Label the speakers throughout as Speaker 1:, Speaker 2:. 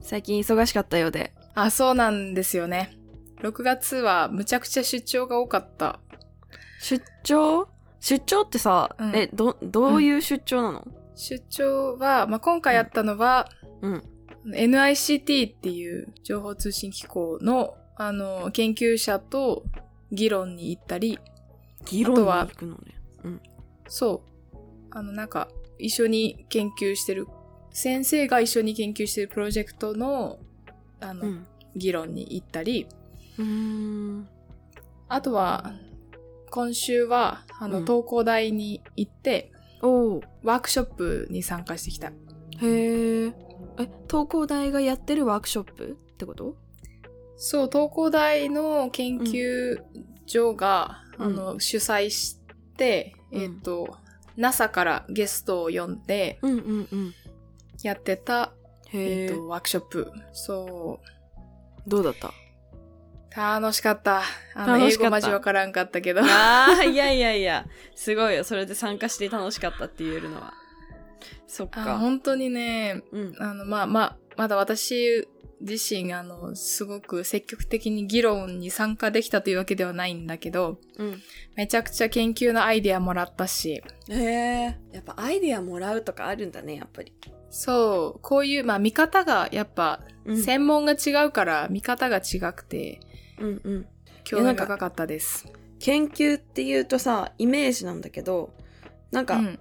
Speaker 1: 最近忙しかったようで。
Speaker 2: あ、そうなんですよね。6月はむちゃくちゃ出張が多かった。
Speaker 1: 出張出張ってさ、
Speaker 2: うん
Speaker 1: え、ど、どういう出張なの
Speaker 2: 出張は、まあ、今回やったのは、
Speaker 1: うん。
Speaker 2: NICT っていう情報通信機構の、あの、研究者と議論に行ったり、
Speaker 1: 議論に行くのね。
Speaker 2: そう。あの、なんか、一緒に研究してる、先生が一緒に研究してるプロジェクトの、あの、
Speaker 1: うん。
Speaker 2: 議論に行ったり、
Speaker 1: うーん。
Speaker 2: あとは、今週は、あの、
Speaker 1: うん
Speaker 2: 東工大に行って、
Speaker 1: おう
Speaker 2: ワークショップに参加してきた。
Speaker 1: へえ。え、東工大がやってるワークショップってこと
Speaker 2: そう、東工大の研究所が、
Speaker 1: うん
Speaker 2: あの、主催して、
Speaker 1: うん
Speaker 2: えっと、NASA からゲストを呼んで
Speaker 1: うんうんうん。
Speaker 2: やってた、
Speaker 1: へ
Speaker 2: え
Speaker 1: え
Speaker 2: っ。と、ワークショップ。そう。
Speaker 1: どうだった
Speaker 2: 楽しかった。あの、
Speaker 1: 楽
Speaker 2: 英
Speaker 1: しかった
Speaker 2: 語マジわからんかったけど。
Speaker 1: ああ、いやいやいや。すごいよ。それで参加して楽しかったって言えるのは。そっ
Speaker 2: あ
Speaker 1: か。
Speaker 2: 本当にね、
Speaker 1: うん。
Speaker 2: あの、まあ、まあ、まだ私自身、あの、すごく積極的に議論に参加できたというわけではないんだけど、
Speaker 1: うん。
Speaker 2: めちゃくちゃ研究のアイデアもらったし、
Speaker 1: へえ。やっぱアイディアもらうとかあるんだね、やっぱり。
Speaker 2: そう、こういう、まあ、見方がやっぱ、
Speaker 1: うん
Speaker 2: 専門が違うから見方が違くて、
Speaker 1: うんうん。
Speaker 2: 興味深かったです。
Speaker 1: 研究っていうとさ、イメージなんだけど、なん
Speaker 2: う
Speaker 1: か、
Speaker 2: ん。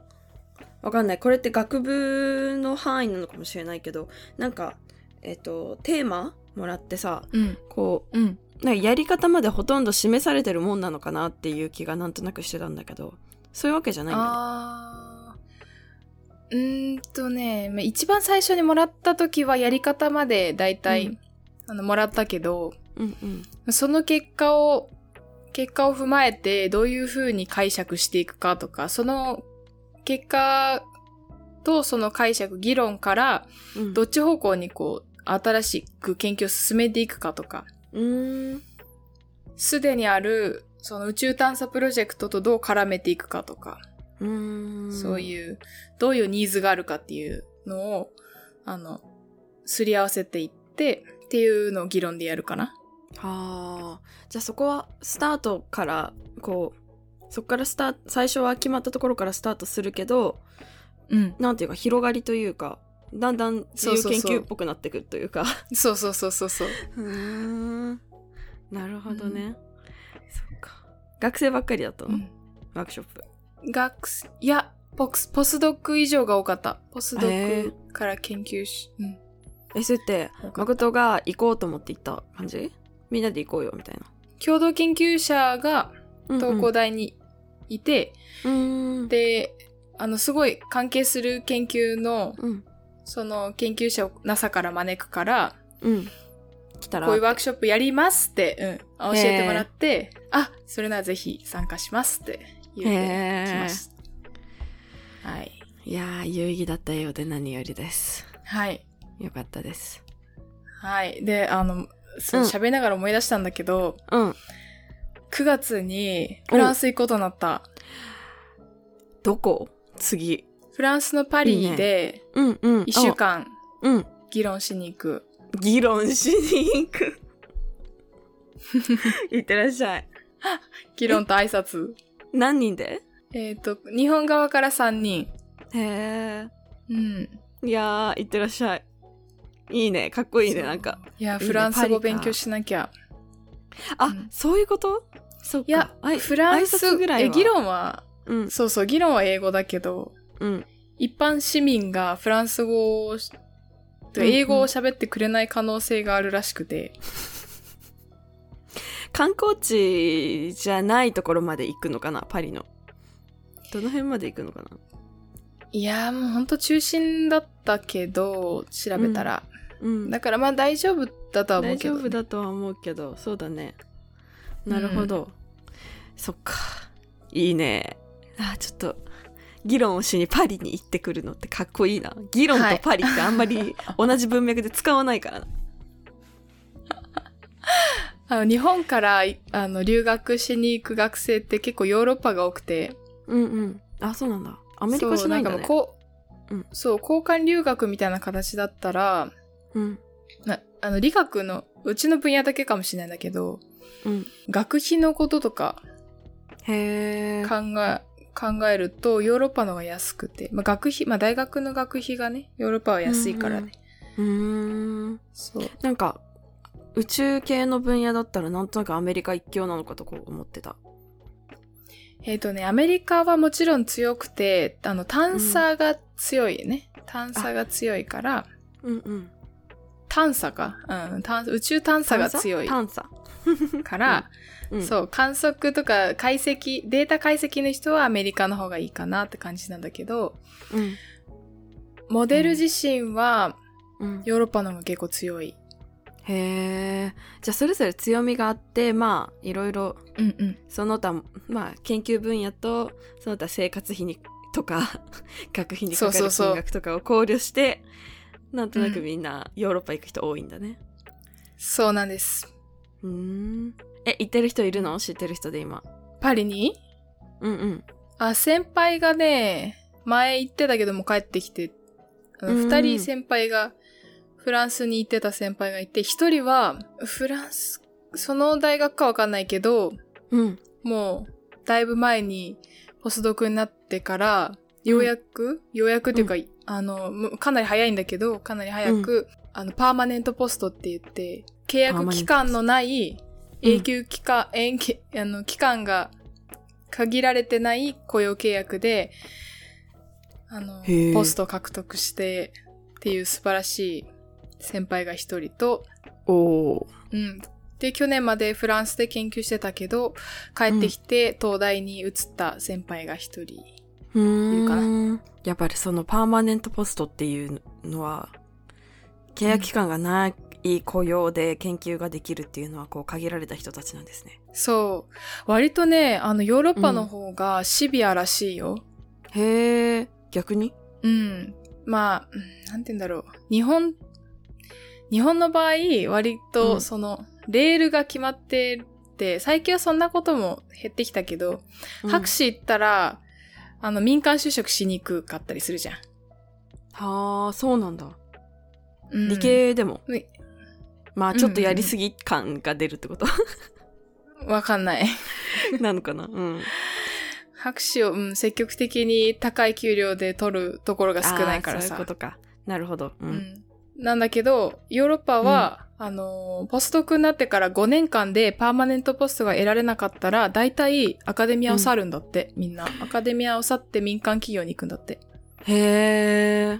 Speaker 1: わかんない。これって学部の範囲なのかもしれないけど、なんか、えっ、と、テーマもらってさ、
Speaker 2: うん。
Speaker 1: こ
Speaker 2: うん。
Speaker 1: う、なんかやり方までほとんど示されてるもんなのかなっていう気がなんとなくしてたんだけど、そういうわけじゃないんだね。
Speaker 2: あーうーんとね、まあ一番最初にもらった時はやり方まで大体、
Speaker 1: うん
Speaker 2: あのもらったけど、
Speaker 1: うんうん。
Speaker 2: その結果を、結果を踏まえてどういう風に解釈していくかとか、その結果とその解釈、議論から
Speaker 1: うん、
Speaker 2: どっち方向にこう、新しく研究を進めていくかとか、
Speaker 1: うーん。
Speaker 2: すでにあるその宇宙探査プロジェクトとどう絡めていくかとか、
Speaker 1: うーん。
Speaker 2: そういう、どういうニーズがあるかっていうのを、あの、すり合わせていって、っていうのを議論でやるかな。
Speaker 1: はあじゃあそこはスタートからこうそこからスタート最初は決まったところからスタートするけど
Speaker 2: うん。
Speaker 1: なんていうか広がりというかだんだん自
Speaker 2: そう
Speaker 1: 由
Speaker 2: そう
Speaker 1: 研
Speaker 2: そう
Speaker 1: 究っぽくなってくるというか
Speaker 2: そうそうそうそうそう。
Speaker 1: うーんなるほどね、そっか学生ばっかりだったの、ワークショップ
Speaker 2: 学生、いや、ポクス、ポスドク以上が多かった。ポスド
Speaker 1: へ
Speaker 2: クから研究し、うん。
Speaker 1: えそれって
Speaker 2: 多かった
Speaker 1: 誠が行こうと思って行った感じみんなで行こうよみたいな
Speaker 2: 共同研究者が東工大にいて、
Speaker 1: うんうん
Speaker 2: で、あの、すごい関係する研究の、
Speaker 1: うん
Speaker 2: その研究者を NASA から招くから、
Speaker 1: うん来たら
Speaker 2: こういうワークショップやりますって、うん、あ教えてもらって、あ、それならぜひ参加しますって言ってきました。はい。
Speaker 1: いやー有意義だったようで何よりです
Speaker 2: はい。
Speaker 1: よかったです
Speaker 2: はい。で、あの、そう
Speaker 1: うん
Speaker 2: 喋りながら思い出したんだけど、
Speaker 1: うん
Speaker 2: 9月にフランス行くことになった。
Speaker 1: どこ次。
Speaker 2: フランスのパリで
Speaker 1: うんうん。
Speaker 2: 1週間
Speaker 1: お。うん。
Speaker 2: 議論しに行く。
Speaker 1: 議論しに行く。いってらっしゃい。
Speaker 2: 議論と挨拶。
Speaker 1: 何人で
Speaker 2: えっ、と、日本側から3人。
Speaker 1: へえ。
Speaker 2: うん。
Speaker 1: いやー、いってらっしゃい。いいね。かっこいいね、
Speaker 2: そう
Speaker 1: なんか。。
Speaker 2: いや、
Speaker 1: いいね
Speaker 2: フランス語
Speaker 1: パリか
Speaker 2: 勉強しなきゃ。
Speaker 1: あ、
Speaker 2: うん
Speaker 1: そういうことそうか。
Speaker 2: いや
Speaker 1: あい、
Speaker 2: フラン
Speaker 1: 挨
Speaker 2: ス
Speaker 1: 拶ぐらいは
Speaker 2: え、議論は、
Speaker 1: うん。
Speaker 2: そうそう、議論は英語だけど、
Speaker 1: うん。
Speaker 2: 一般市民がフランス語をし、
Speaker 1: うんうん
Speaker 2: 英語を喋ってくれない可能性があるらしくて、
Speaker 1: 観光地じゃないところまで行くのかな、パリの。どの辺まで行くのかな。
Speaker 2: いやーもうほんと中心だったけど、調べたら。
Speaker 1: うん。
Speaker 2: だからまあ大丈夫だとは思う
Speaker 1: 大
Speaker 2: け
Speaker 1: 丈
Speaker 2: ど、
Speaker 1: 夫だとは思うけどそうだねなるほど、そっかいいねあちょっと議論をしにパリに行ってくるのってかっこいいな議論とパリってあんま り同じ文脈で使わないからな
Speaker 2: あの日本からいあの留学しに行く学生って結構ヨーロッパが多くて、
Speaker 1: うんうんあそうなんだアメリカじゃないんだ
Speaker 2: そう
Speaker 1: ね
Speaker 2: かもうこう
Speaker 1: うん
Speaker 2: そう、交換留学みたいな形だったら、
Speaker 1: うん
Speaker 2: なあの理学のうちの分野だけかもしれないんだけど
Speaker 1: うん。
Speaker 2: 学費のこととか
Speaker 1: へえ。
Speaker 2: 考え考えるとヨーロッパの方が安くて、まあ、学費、まあ、大学の学費がねヨーロッパは安いからね、
Speaker 1: うんうーん。
Speaker 2: そう
Speaker 1: なんか、宇宙系の分野だったらなんとなくアメリカ一強なのかとこう思ってた。
Speaker 2: えっ、とねアメリカはもちろん強くてあの探査が強いね、探査が強いから
Speaker 1: うんうん。
Speaker 2: 探査か、うん、探宇宙探査が強い
Speaker 1: 探査。
Speaker 2: から、
Speaker 1: うん、
Speaker 2: そう観測とか解析データ解析の人はアメリカの方がいいかなって感じなんだけど
Speaker 1: うん。
Speaker 2: モデル自身は
Speaker 1: うん。
Speaker 2: ヨーロッパの方が結構強い。
Speaker 1: へえ。じゃあそれぞれ強みがあって、まあいろいろ
Speaker 2: うんうん、
Speaker 1: その他まあ研究分野とその他生活費にとか 学費にかか
Speaker 2: そう
Speaker 1: る
Speaker 2: そうそう
Speaker 1: 金額とかを考慮してなんとなく
Speaker 2: うん
Speaker 1: みんなヨーロッパ行く人多いんだね。
Speaker 2: そうなんです。
Speaker 1: うーん。え行ってる人いるの？知ってる人で今。
Speaker 2: パリに
Speaker 1: うんうん。
Speaker 2: あ、先輩がね、前行ってたけどもう帰ってきて、あの
Speaker 1: うん
Speaker 2: 二人先輩が、フランスに行ってた先輩がいて、一人は、フランス、その大学かわかんないけど、
Speaker 1: うん。
Speaker 2: もう、だいぶ前に、ポスドクになってから、ようやく、ようやくっていうか、あの、もうかなり早いんだけど、かなり早く、あの、パーマネントポストって言って、
Speaker 1: パー
Speaker 2: 契約
Speaker 1: マネントポスト
Speaker 2: 期間のない、永久期間、延期、あの、期間が限られてない雇用契約で、あの
Speaker 1: へ、え
Speaker 2: ポストを獲得してっていう素晴らしい先輩が一人と、
Speaker 1: おお
Speaker 2: うん。で、去年までフランスで研究してたけど、帰ってきて東大に移った先輩が一人。
Speaker 1: ー。う
Speaker 2: いるか
Speaker 1: ーん。やっぱりそのパーマネントポストっていうのは契約期間がない雇用で研究ができるっていうのはこう限られた人たちなんですね。
Speaker 2: そう。割とね、あの、ヨーロッパの方がシビアらしいよ。
Speaker 1: へえ。逆に？
Speaker 2: うん。まあ、うんなんて言うんだろう。日本、日本の場合、割
Speaker 1: う
Speaker 2: と
Speaker 1: ん
Speaker 2: その、レールが決まってて、最近はそんなことも減ってきたけど、博士行ったら、あの、民間就職しにくかったりするじゃん。
Speaker 1: はあそうなんだ
Speaker 2: うん
Speaker 1: 理系でも、
Speaker 2: うい
Speaker 1: まあちょっとやりすぎ感が出るってこと
Speaker 2: わかんない。
Speaker 1: なのかなうん
Speaker 2: 博士を、うん、積極的に高い給料で取るところが少ないから
Speaker 1: あーそうい
Speaker 2: さ。
Speaker 1: うことかなるほどう、
Speaker 2: うんんなんだけど、ヨーロッパは、あのー、ポストクになってから5年間でパーマネントポストが得られなかったら、大体アカデミアを去るんだって、みんな。アカデミアを去って民間企業に行くんだって。
Speaker 1: へえ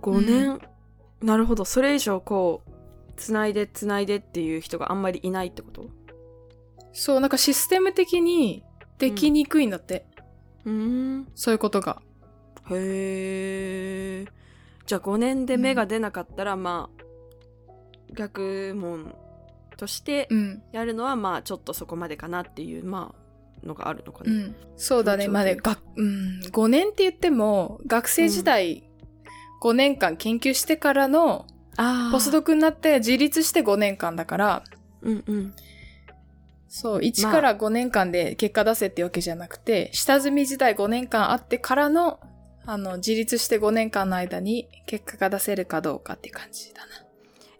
Speaker 1: 5年、なるほどそれ以上こうつないでつないでっていう人があんまりいないってこと
Speaker 2: そう、なんかシステム的にできにくいんだって、
Speaker 1: うん
Speaker 2: そういうことが。
Speaker 1: へえじゃあ5年で芽が出なかったら、まあ学問として
Speaker 2: うん。
Speaker 1: やるのはまあちょっとそこまでかなっていうまあのがあるのか
Speaker 2: う
Speaker 1: な、
Speaker 2: ん、そうだね。
Speaker 1: 成長
Speaker 2: まあね、
Speaker 1: というか
Speaker 2: が、うん、5年って言っても、学生時代5年間研究してからの、
Speaker 1: あ
Speaker 2: ポスドクになって自立して5年間だから、
Speaker 1: うんうん
Speaker 2: そう、1から5年間で結果出せってわけじゃなくて、下積み時代5年間あってからの、あの、自立して5年間の間に結果が出せるかどうかって感じだな。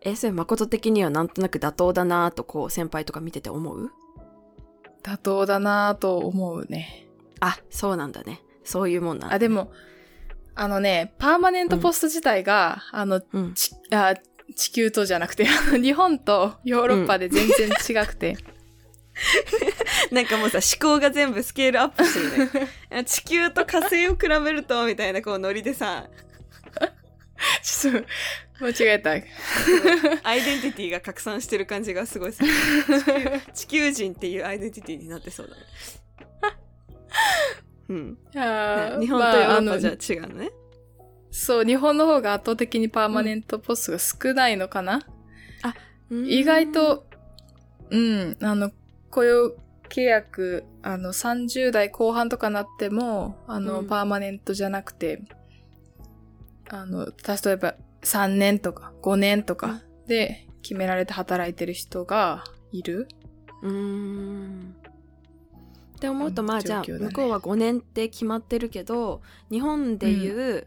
Speaker 1: えそれ誠的にはなんとなく妥当だなとこう先輩とか見てて思う
Speaker 2: 妥当だなぁと思うね。
Speaker 1: あそうなんだねそういうもんなんだ
Speaker 2: あ、でも、あのね、パーマネントポスト自体が、あの、
Speaker 1: うん
Speaker 2: ちあ地球とじゃなくて、 あの日本とヨーロッパで全然違くて。
Speaker 1: なんかもうさ思考が全部スケールアップしてるね あ地球と火星を比べるとみたいなこうノリで さ
Speaker 2: ちょっ と、間違えた。
Speaker 1: アイデンティティが拡散してる感じがすごいさ地球地球人っていうアイデンティティになってそう だねうん、
Speaker 2: あー
Speaker 1: 日本とヨーロッ
Speaker 2: まああの
Speaker 1: パじゃ違うのね、
Speaker 2: そう、日本の方が圧倒的にパーマネントポストが少ないのかな、
Speaker 1: うん
Speaker 2: 意外と、うん、あの、雇用契約、あの、30代後半とかなっても、あの、
Speaker 1: うん
Speaker 2: パーマネントじゃなくて、あの、例えば3年とか5年とかで決められて働いてる人がいる
Speaker 1: うーん。って思うと
Speaker 2: うん
Speaker 1: まあじゃあ
Speaker 2: 状況だね
Speaker 1: 向こうは5年って決まってるけど日本でいう、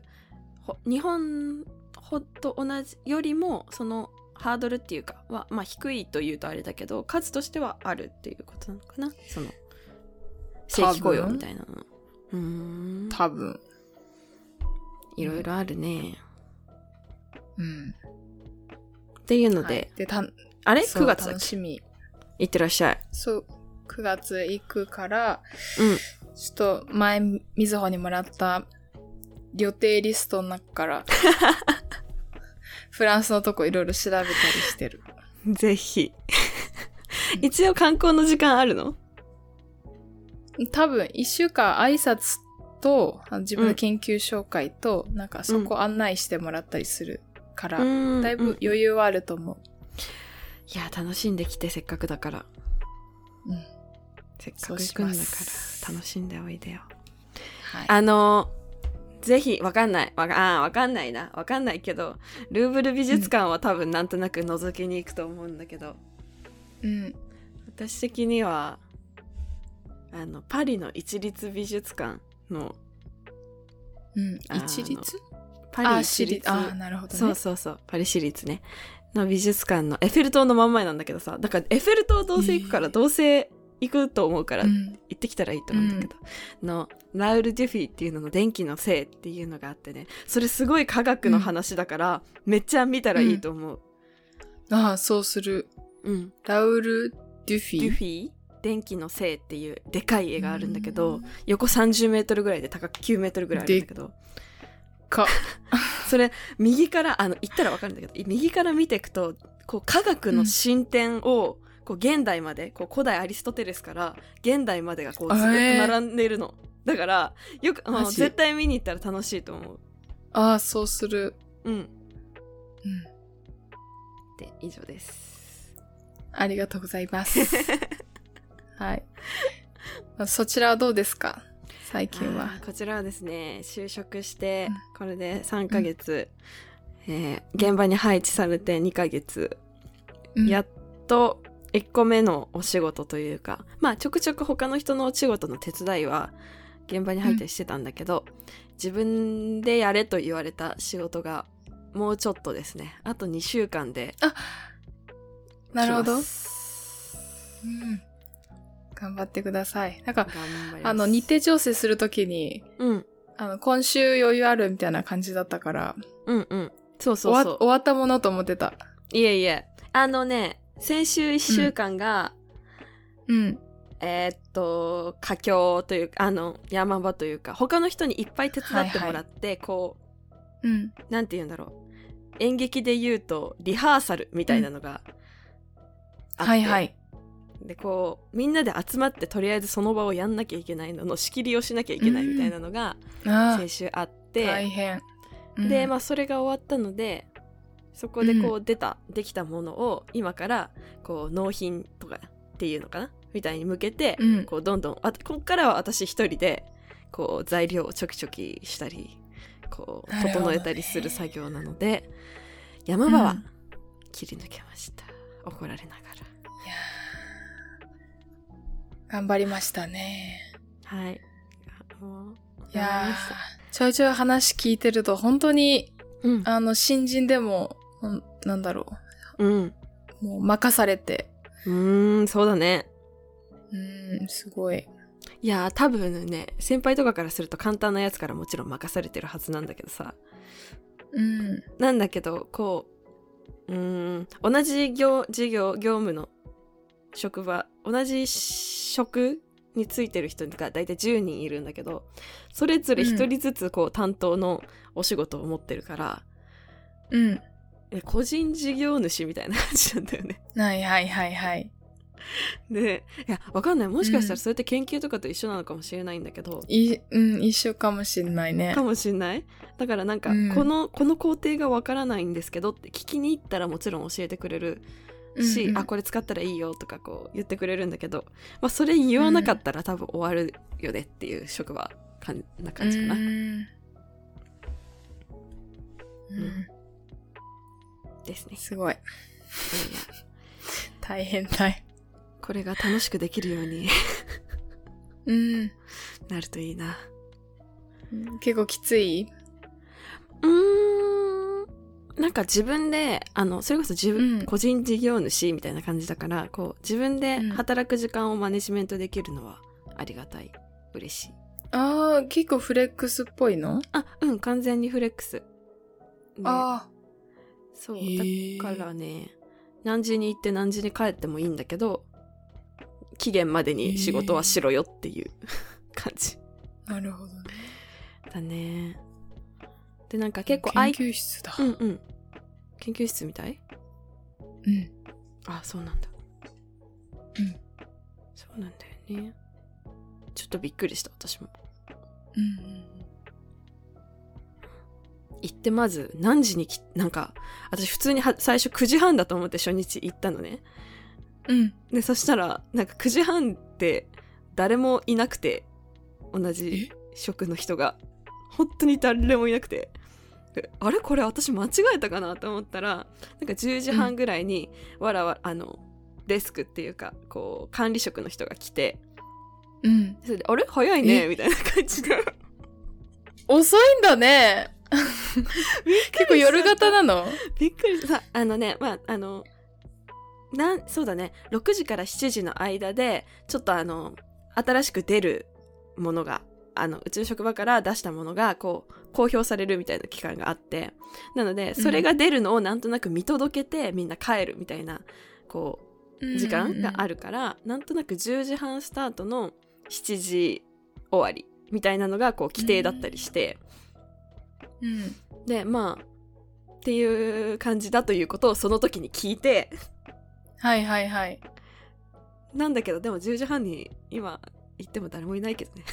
Speaker 1: ほ日本ほと同じよりもそのハードルっていうかは、まあ、低いというとあれだけど数としてはあるっていうことなのかなその正規雇用みたいなのうーん
Speaker 2: 多分。
Speaker 1: いろいろあるね、
Speaker 2: うん。
Speaker 1: っていうので、
Speaker 2: はいで、たん
Speaker 1: あれ
Speaker 2: そう
Speaker 1: 9月だっ
Speaker 2: 楽
Speaker 1: け
Speaker 2: しみ。
Speaker 1: いってらっしゃい
Speaker 2: そう、9月行くから、
Speaker 1: うん
Speaker 2: ちょっと前、みずほにもらった予定リストの中 から、フランスのとこいろいろ調べたりしてる。
Speaker 1: ぜひ一応観光の時間あるの
Speaker 2: 多分、1週間挨拶と、あの自分の研究紹介と、なんかそこ案内してもらったりするから、だ
Speaker 1: だ
Speaker 2: いぶ余裕はあると思う。
Speaker 1: いや楽しんできてせっかくだから
Speaker 2: うん
Speaker 1: せっか
Speaker 2: そう
Speaker 1: く行
Speaker 2: し
Speaker 1: くん
Speaker 2: ま
Speaker 1: だか
Speaker 2: す
Speaker 1: ら楽しんでおいでよ
Speaker 2: はい。
Speaker 1: あのぜひわかんないわかあーわかんないなわかんないけどルーブル美術館は多分なんとなく覗きに行くと思うんだけど、
Speaker 2: うん。
Speaker 1: 私的にはあのパリの一律美術館の
Speaker 2: うん。
Speaker 1: あの
Speaker 2: 一律
Speaker 1: パ
Speaker 2: あ、
Speaker 1: リ
Speaker 2: 私
Speaker 1: 一律
Speaker 2: 立。あ、なるほどね。
Speaker 1: そうそうそうパリ市立ねの美術館のエッフェル塔の真ん前なんだけどさだからエッフェル塔どうせ行くか
Speaker 2: え
Speaker 1: ら
Speaker 2: ー
Speaker 1: どうせ行くと思うから
Speaker 2: う
Speaker 1: 行
Speaker 2: ん。
Speaker 1: ってきたらいいと思うんだけど、のラウル・デュフィっていうのの「電気のせい」っていうのがあってねそれすごい科学の話だから、めっちゃ見たらいいと思う、
Speaker 2: ああ、そうする。
Speaker 1: うん、
Speaker 2: ラウル・デュフ
Speaker 1: デ
Speaker 2: ィ。
Speaker 1: ュフィ電気のせいっていうでかい絵があるんだけど、横30メートルぐらいで高く9メートルぐらいあるんだけど
Speaker 2: か。
Speaker 1: それ右からあの言ったらわかるんだけど右から見ていくとこう科学の進展を、こう現代までこう古代アリストテレスから現代までがこうずっと
Speaker 2: えー
Speaker 1: 並んでるの、だからよくあの
Speaker 2: マジ
Speaker 1: 絶対見に行ったら楽しいと思う
Speaker 2: ああ、そうする。
Speaker 1: うん
Speaker 2: うん。
Speaker 1: で以上です
Speaker 2: ありがとうござい ます。はい。そちらはどうですか最近は
Speaker 1: あ。ーこちらはですね就職して
Speaker 2: うん
Speaker 1: これで3ヶ月、えー現場に配置されて2ヶ月
Speaker 2: うん
Speaker 1: やっと1個目のお仕事というかまあちょくちょく他の人のお仕事の手伝いは現場に入ったりしてたんだけど、自分でやれと言われた仕事がもうちょっとですねあと2週間で
Speaker 2: なるほ
Speaker 1: 来
Speaker 2: ど。う
Speaker 1: ま
Speaker 2: ん。
Speaker 1: す
Speaker 2: 頑張ってください。なんか、
Speaker 1: 頑張ります
Speaker 2: あの、日程調整するときに、
Speaker 1: うん
Speaker 2: あの、今週余裕あるみたいな感じだったから、
Speaker 1: うんうんそうそう
Speaker 2: 終
Speaker 1: そ
Speaker 2: わ終わったものと思ってた。
Speaker 1: ういえいえあのね先週1週間が、
Speaker 2: うん。
Speaker 1: えーっと佳境というかあの山場というか他の人にいっぱい手伝ってもらって、こう
Speaker 2: うん。
Speaker 1: なんて言うんだろう演劇で言うとリハーサルみたいなのがあって、
Speaker 2: はいはい。
Speaker 1: でこうみんなで集まってとりあえずその場をやんなきゃいけないのの仕切りをしなきゃいけないみたいなのが
Speaker 2: ああ
Speaker 1: 先、週あっ
Speaker 2: 大
Speaker 1: て、
Speaker 2: 変。うん
Speaker 1: で、まあ、それが終わったのでそこでこう出た、できたものを今からこう納品とかっていうのかなみたいに向けて、
Speaker 2: うん。
Speaker 1: こうどんどんあこっからは私一人でこう材料をちょきちょきしたりこう
Speaker 2: なるほどね
Speaker 1: 整えたりする作業なので山場
Speaker 2: う
Speaker 1: は
Speaker 2: ん
Speaker 1: 切り抜けました、怒られなが
Speaker 2: いやー頑張りましたね。
Speaker 1: らはいあもう
Speaker 2: いや
Speaker 1: り
Speaker 2: ー
Speaker 1: ました
Speaker 2: ちょいちょい話聞いてると本当に、
Speaker 1: うん
Speaker 2: あの、新人でも、ほんなんだろ
Speaker 1: うん
Speaker 2: う、もう任されて、
Speaker 1: うーんそうだね
Speaker 2: うーん、すごい。
Speaker 1: いやー多分ね先輩とかからすると簡単なやつからもちろん任されてるはずなんだけどさ
Speaker 2: うん、
Speaker 1: なんだけどこううーん同じ業事業業務の職場同じ職についてる人が大体10人いるんだけどそれぞれ1人ずつこう担当のお仕事を持ってるから、
Speaker 2: うん。
Speaker 1: え個人事業主みたいな感じなんだよね。
Speaker 2: はいはいはいはい。
Speaker 1: でいやわかんないもしかしたら
Speaker 2: うん
Speaker 1: それって研究とかと一緒なのかもしれないんだけど、
Speaker 2: い、うん、一緒かもしんないね
Speaker 1: か。もしんないだからなんか、
Speaker 2: うん
Speaker 1: このこの工程がわからないんですけどって聞きに行ったらもちろん教えてくれるし、
Speaker 2: うんうん
Speaker 1: あこれ使ったらいいよとかこう言ってくれるんだけど、まあ、それ言わなかったら多分終わるよねっていう職場かんな感じかな、
Speaker 2: うんうん、
Speaker 1: ですね。
Speaker 2: すご
Speaker 1: いや
Speaker 2: い。
Speaker 1: いや
Speaker 2: 大変だい。
Speaker 1: これが楽しくできるように
Speaker 2: うん。
Speaker 1: なるといいな。
Speaker 2: 結構きついう
Speaker 1: ーんなんか自分であのそれこそ自分、
Speaker 2: うん
Speaker 1: 個人事業主みたいな感じだからこう自分で
Speaker 2: うん
Speaker 1: 働く時間をマネジメントできるのはありがたい嬉しい
Speaker 2: ああ、結構フレックスっぽいの、
Speaker 1: あうん完全にフレックス、ね、
Speaker 2: あ
Speaker 1: そ
Speaker 2: あ。
Speaker 1: う
Speaker 2: へー
Speaker 1: だからね何時に行って何時に帰ってもいいんだけど期限までに仕事はしろよっていう感じ
Speaker 2: なるほどね。
Speaker 1: だねでなんか結構あい
Speaker 2: 研究室だ。
Speaker 1: うんうん研究室みたい
Speaker 2: うん。
Speaker 1: あそうなんだ
Speaker 2: うん
Speaker 1: そうなんだよねちょっとびっくりした私も
Speaker 2: うん。
Speaker 1: 行ってまず何時にきなんか私普通には最初9時半だと思って初日行ったのね
Speaker 2: うん。
Speaker 1: でそしたらなんか9時半って誰もいなくて同じ職の人が本当に誰もいなくてであれこれ私間違えたかなと思ったらなんか10時半ぐらいにわらわらあのデスクっていうかこう管理職の人が来て
Speaker 2: うん。
Speaker 1: それで「あれ早いね」
Speaker 2: え
Speaker 1: みたいな感じ で
Speaker 2: 遅いん だね。結構夜型なの
Speaker 1: びっくりしたあのねまああのなんそうだね6時から7時の間でちょっとあの新しく出るものがあのうちの職場から出したものがこう公表されるみたいな期間があってなのでそれが出るのをなんとなく見届けてみんな帰るみたいなこう時間があ
Speaker 2: る。
Speaker 1: るから、なんとなく10時半スタートの7時終わりみたいなのがこう規定だったりして、
Speaker 2: うん。
Speaker 1: でまあっていう感じだということをその時に聞いて
Speaker 2: はいはいはい。
Speaker 1: なんだけどでも10時半に今行っても誰もいないけどね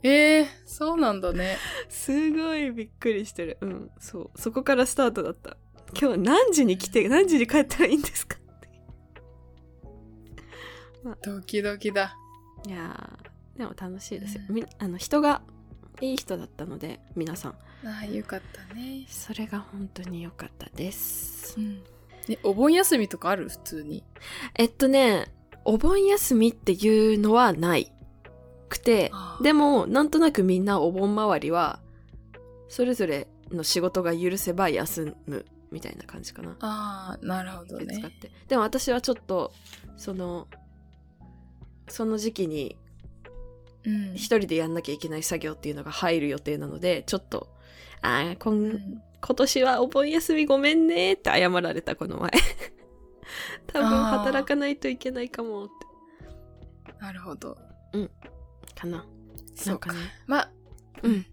Speaker 2: ええそうなんだね。
Speaker 1: すごいびっくりしてるうんそうそこからスタートだった今日は何時に来て何時に帰ったらいいんですかって
Speaker 2: ドキドキだ。
Speaker 1: いやーでも楽しいですよ、
Speaker 2: うん
Speaker 1: みあの人がいい人だったので皆さん
Speaker 2: ああ、よかったね。
Speaker 1: それが本当に良かったです
Speaker 2: うん。ね、お盆休みとかある普通に。
Speaker 1: えっとね、お盆休みっていうのはないくて
Speaker 2: あ、ー
Speaker 1: でも、なんとなくみんなお盆周りは、それぞれの仕事が許せば休むみたいな感じかな。
Speaker 2: ああ、なるほど
Speaker 1: 使っ
Speaker 2: ね。
Speaker 1: て。でも私はちょっと、その、その時期に
Speaker 2: うん。
Speaker 1: 一人でやんなきゃいけない作業っていうのが入る予定なので、ちょっと、ああ、こ
Speaker 2: うんん
Speaker 1: 今年はお盆休みごめんねって謝られたこ の前多分
Speaker 2: あー
Speaker 1: 働かないといけないかもって
Speaker 2: なるほど。
Speaker 1: かな
Speaker 2: そ
Speaker 1: そう
Speaker 2: う
Speaker 1: か
Speaker 2: か。
Speaker 1: ね
Speaker 2: まあ、
Speaker 1: うん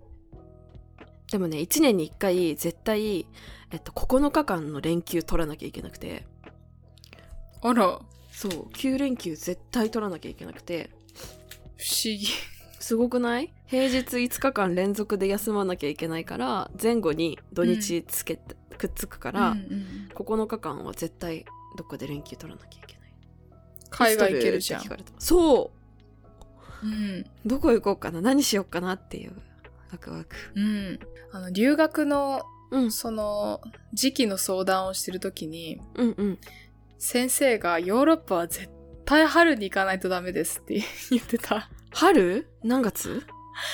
Speaker 1: でもね1年に1回絶対、えっと、9日間の連休取らなきゃいけなくて
Speaker 2: あら、
Speaker 1: そう9連休絶対取らなきゃいけなくて
Speaker 2: 不思議。
Speaker 1: すごくない平日5日間連続で休まなきゃいけないから前後に土日つけて、くっつくから、
Speaker 2: うんうん
Speaker 1: 9日間は絶対どっかで連休取らなきゃいけない
Speaker 2: 海外行けるじゃん
Speaker 1: テスト。ルって聞かれてますそう
Speaker 2: うん。
Speaker 1: どこ行こうかな何しようかなっていうワクワク。
Speaker 2: うん。あの、留学の、
Speaker 1: うん
Speaker 2: その、時期の相談をしてるときに、
Speaker 1: うんうん。
Speaker 2: 先生がヨーロッパは絶対春に行かないとダメですって言ってた。
Speaker 1: 春何月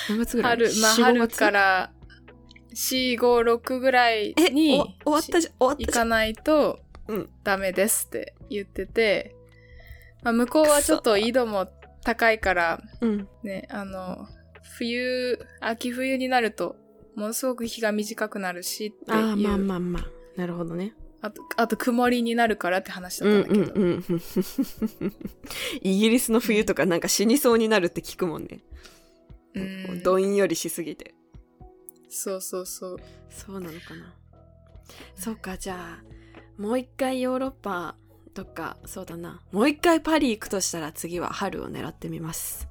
Speaker 1: 何月ぐらい
Speaker 2: 春、まあ
Speaker 1: 4 5
Speaker 2: 春
Speaker 1: 月
Speaker 2: から、4、5、6ぐらい
Speaker 1: え
Speaker 2: に、
Speaker 1: お終わったじゃん終わっ
Speaker 2: 行
Speaker 1: たじゃ
Speaker 2: か
Speaker 1: ん
Speaker 2: ないと
Speaker 1: うん
Speaker 2: ダメですって言ってて、まあ、向こうはちょっと緯度も高いから
Speaker 1: うん
Speaker 2: ねあの冬秋冬になるとものすごく日が短くなるしって
Speaker 1: あ
Speaker 2: いう
Speaker 1: あまあまあまあなるほどね
Speaker 2: あとあと曇りになるからって話だ
Speaker 1: う
Speaker 2: った
Speaker 1: ん
Speaker 2: んだ
Speaker 1: う
Speaker 2: けど、
Speaker 1: んうん イギリスの冬とかなんか死にそうになるって聞くもんね、
Speaker 2: うん
Speaker 1: どんよりしすぎて
Speaker 2: そうそうそう
Speaker 1: そうなのかなそうかじゃあもう一回ヨーロッパとかそうだなもう一回パリ行くとしたら次は春を狙ってみます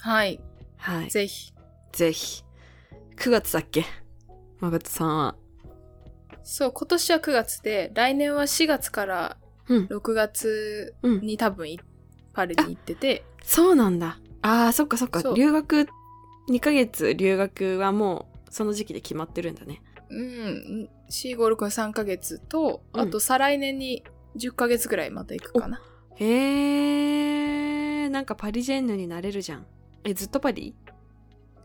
Speaker 2: はい
Speaker 1: はい
Speaker 2: ぜひ
Speaker 1: ぜひ。9月だっけマガトさんは。
Speaker 2: そう今年は9月で来年は4月から
Speaker 1: うん。
Speaker 2: 6月
Speaker 1: うん。
Speaker 2: に多分いパリに行ってて
Speaker 1: そうなんだ。ああ、そっかそっか
Speaker 2: そ。う
Speaker 1: 留学、2ヶ月留学はもう、その時期で決まってるんだね。
Speaker 2: うん、4563ヶ月と、
Speaker 1: うん
Speaker 2: あと再来年に10ヶ月ぐらいまた行くかな。
Speaker 1: へえ、なんかパリジェンヌになれるじゃん。え、ずっとパリ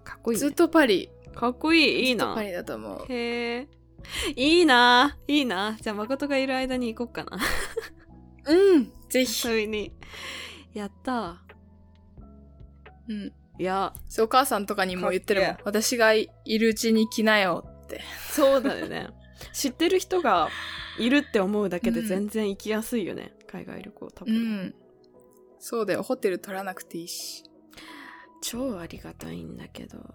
Speaker 1: かっこいい、ね。
Speaker 2: ずっとパリ。
Speaker 1: かっこいい。いい
Speaker 2: ずっと
Speaker 1: な
Speaker 2: パ。リだと思う。
Speaker 1: へえ。いいないいなじゃあ誠がいる間に行こうか な
Speaker 2: うんぜひ、
Speaker 1: 遊びにやった
Speaker 2: うん、
Speaker 1: いや
Speaker 2: そうお母さんとかにも言ってるも
Speaker 1: か
Speaker 2: ん
Speaker 1: っけ
Speaker 2: 私がいるうちに来なよって
Speaker 1: そうだよ ね知ってる人がいるって思うだけで全然行きやすいよね、海外旅行多
Speaker 2: う
Speaker 1: 分、
Speaker 2: んそうだよホテル取らなくていいし
Speaker 1: 超ありがたいんだけどもう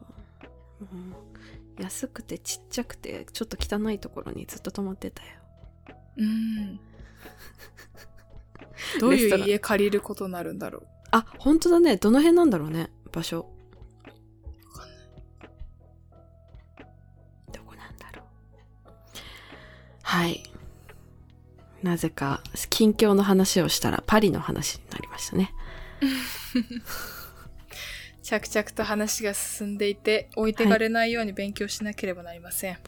Speaker 1: 安くてちっちゃくてちょっと汚いところにずっと泊まってたよ
Speaker 2: うんどう
Speaker 1: レストラ
Speaker 2: いう
Speaker 1: ン
Speaker 2: 家借りることになるんだろう
Speaker 1: あ本当だねどの辺なんだろうね場所どこなんだろうはいなぜか近況の話をしたらパリの話になりましたね
Speaker 2: 着々と話が進んでいて置いてかれないように勉強しなければなりません、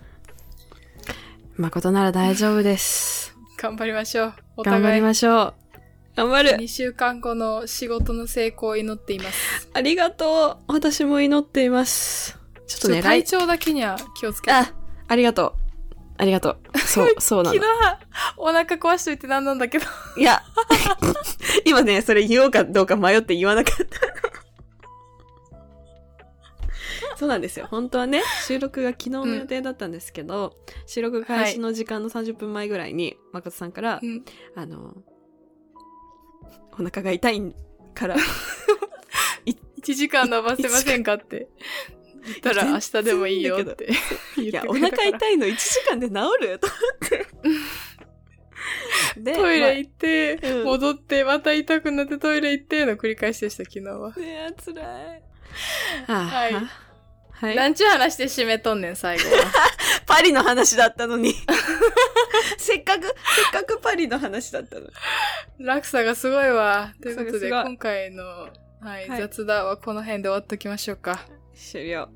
Speaker 1: 誠なら大丈夫 です
Speaker 2: 頑張りましょうお
Speaker 1: 頑張
Speaker 2: 互
Speaker 1: り
Speaker 2: い
Speaker 1: ましょう頑張る
Speaker 2: 2週間後の仕事の成功を祈っています
Speaker 1: ありがとう私も祈っていますちょっ
Speaker 2: ち
Speaker 1: と
Speaker 2: ょっ
Speaker 1: ね
Speaker 2: と体
Speaker 1: 来
Speaker 2: 調だけには気をつけて
Speaker 1: あありがとうありがとうそうそうな
Speaker 2: 昨
Speaker 1: の
Speaker 2: 日お腹壊しといて何なんだけど
Speaker 1: いや、 今ね、それ言おうかどうか迷って言わなかった。 そうなんですよ。本当はね、収録が昨日の予定だったんですけど、収録開始の時間の30分前ぐらいに、誠さんから、
Speaker 2: うん
Speaker 1: あの、お腹が痛い から、
Speaker 2: 1時間伸ばせませんかって言ったら明日でもいいよって言
Speaker 1: い
Speaker 2: って
Speaker 1: や、
Speaker 2: く
Speaker 1: お
Speaker 2: れたから
Speaker 1: 腹痛いの1時間で治ると思 って。で
Speaker 2: トイ
Speaker 1: まあ
Speaker 2: レ行って、
Speaker 1: うん
Speaker 2: 戻ってまた痛くなってトイレ行っての繰り返しでした昨日は、
Speaker 1: ねえ、つらい。は
Speaker 2: はい
Speaker 1: い。はい。
Speaker 2: なんちゅう話で締めとんねん最後は
Speaker 1: パリの話だったのに せっかくせっかくパリの話だったの
Speaker 2: 落差がすごいわということ
Speaker 1: 落差
Speaker 2: で
Speaker 1: がすごい
Speaker 2: 今回の、はい
Speaker 1: はい
Speaker 2: 雑談はこの辺で終わっときましょうか
Speaker 1: 終了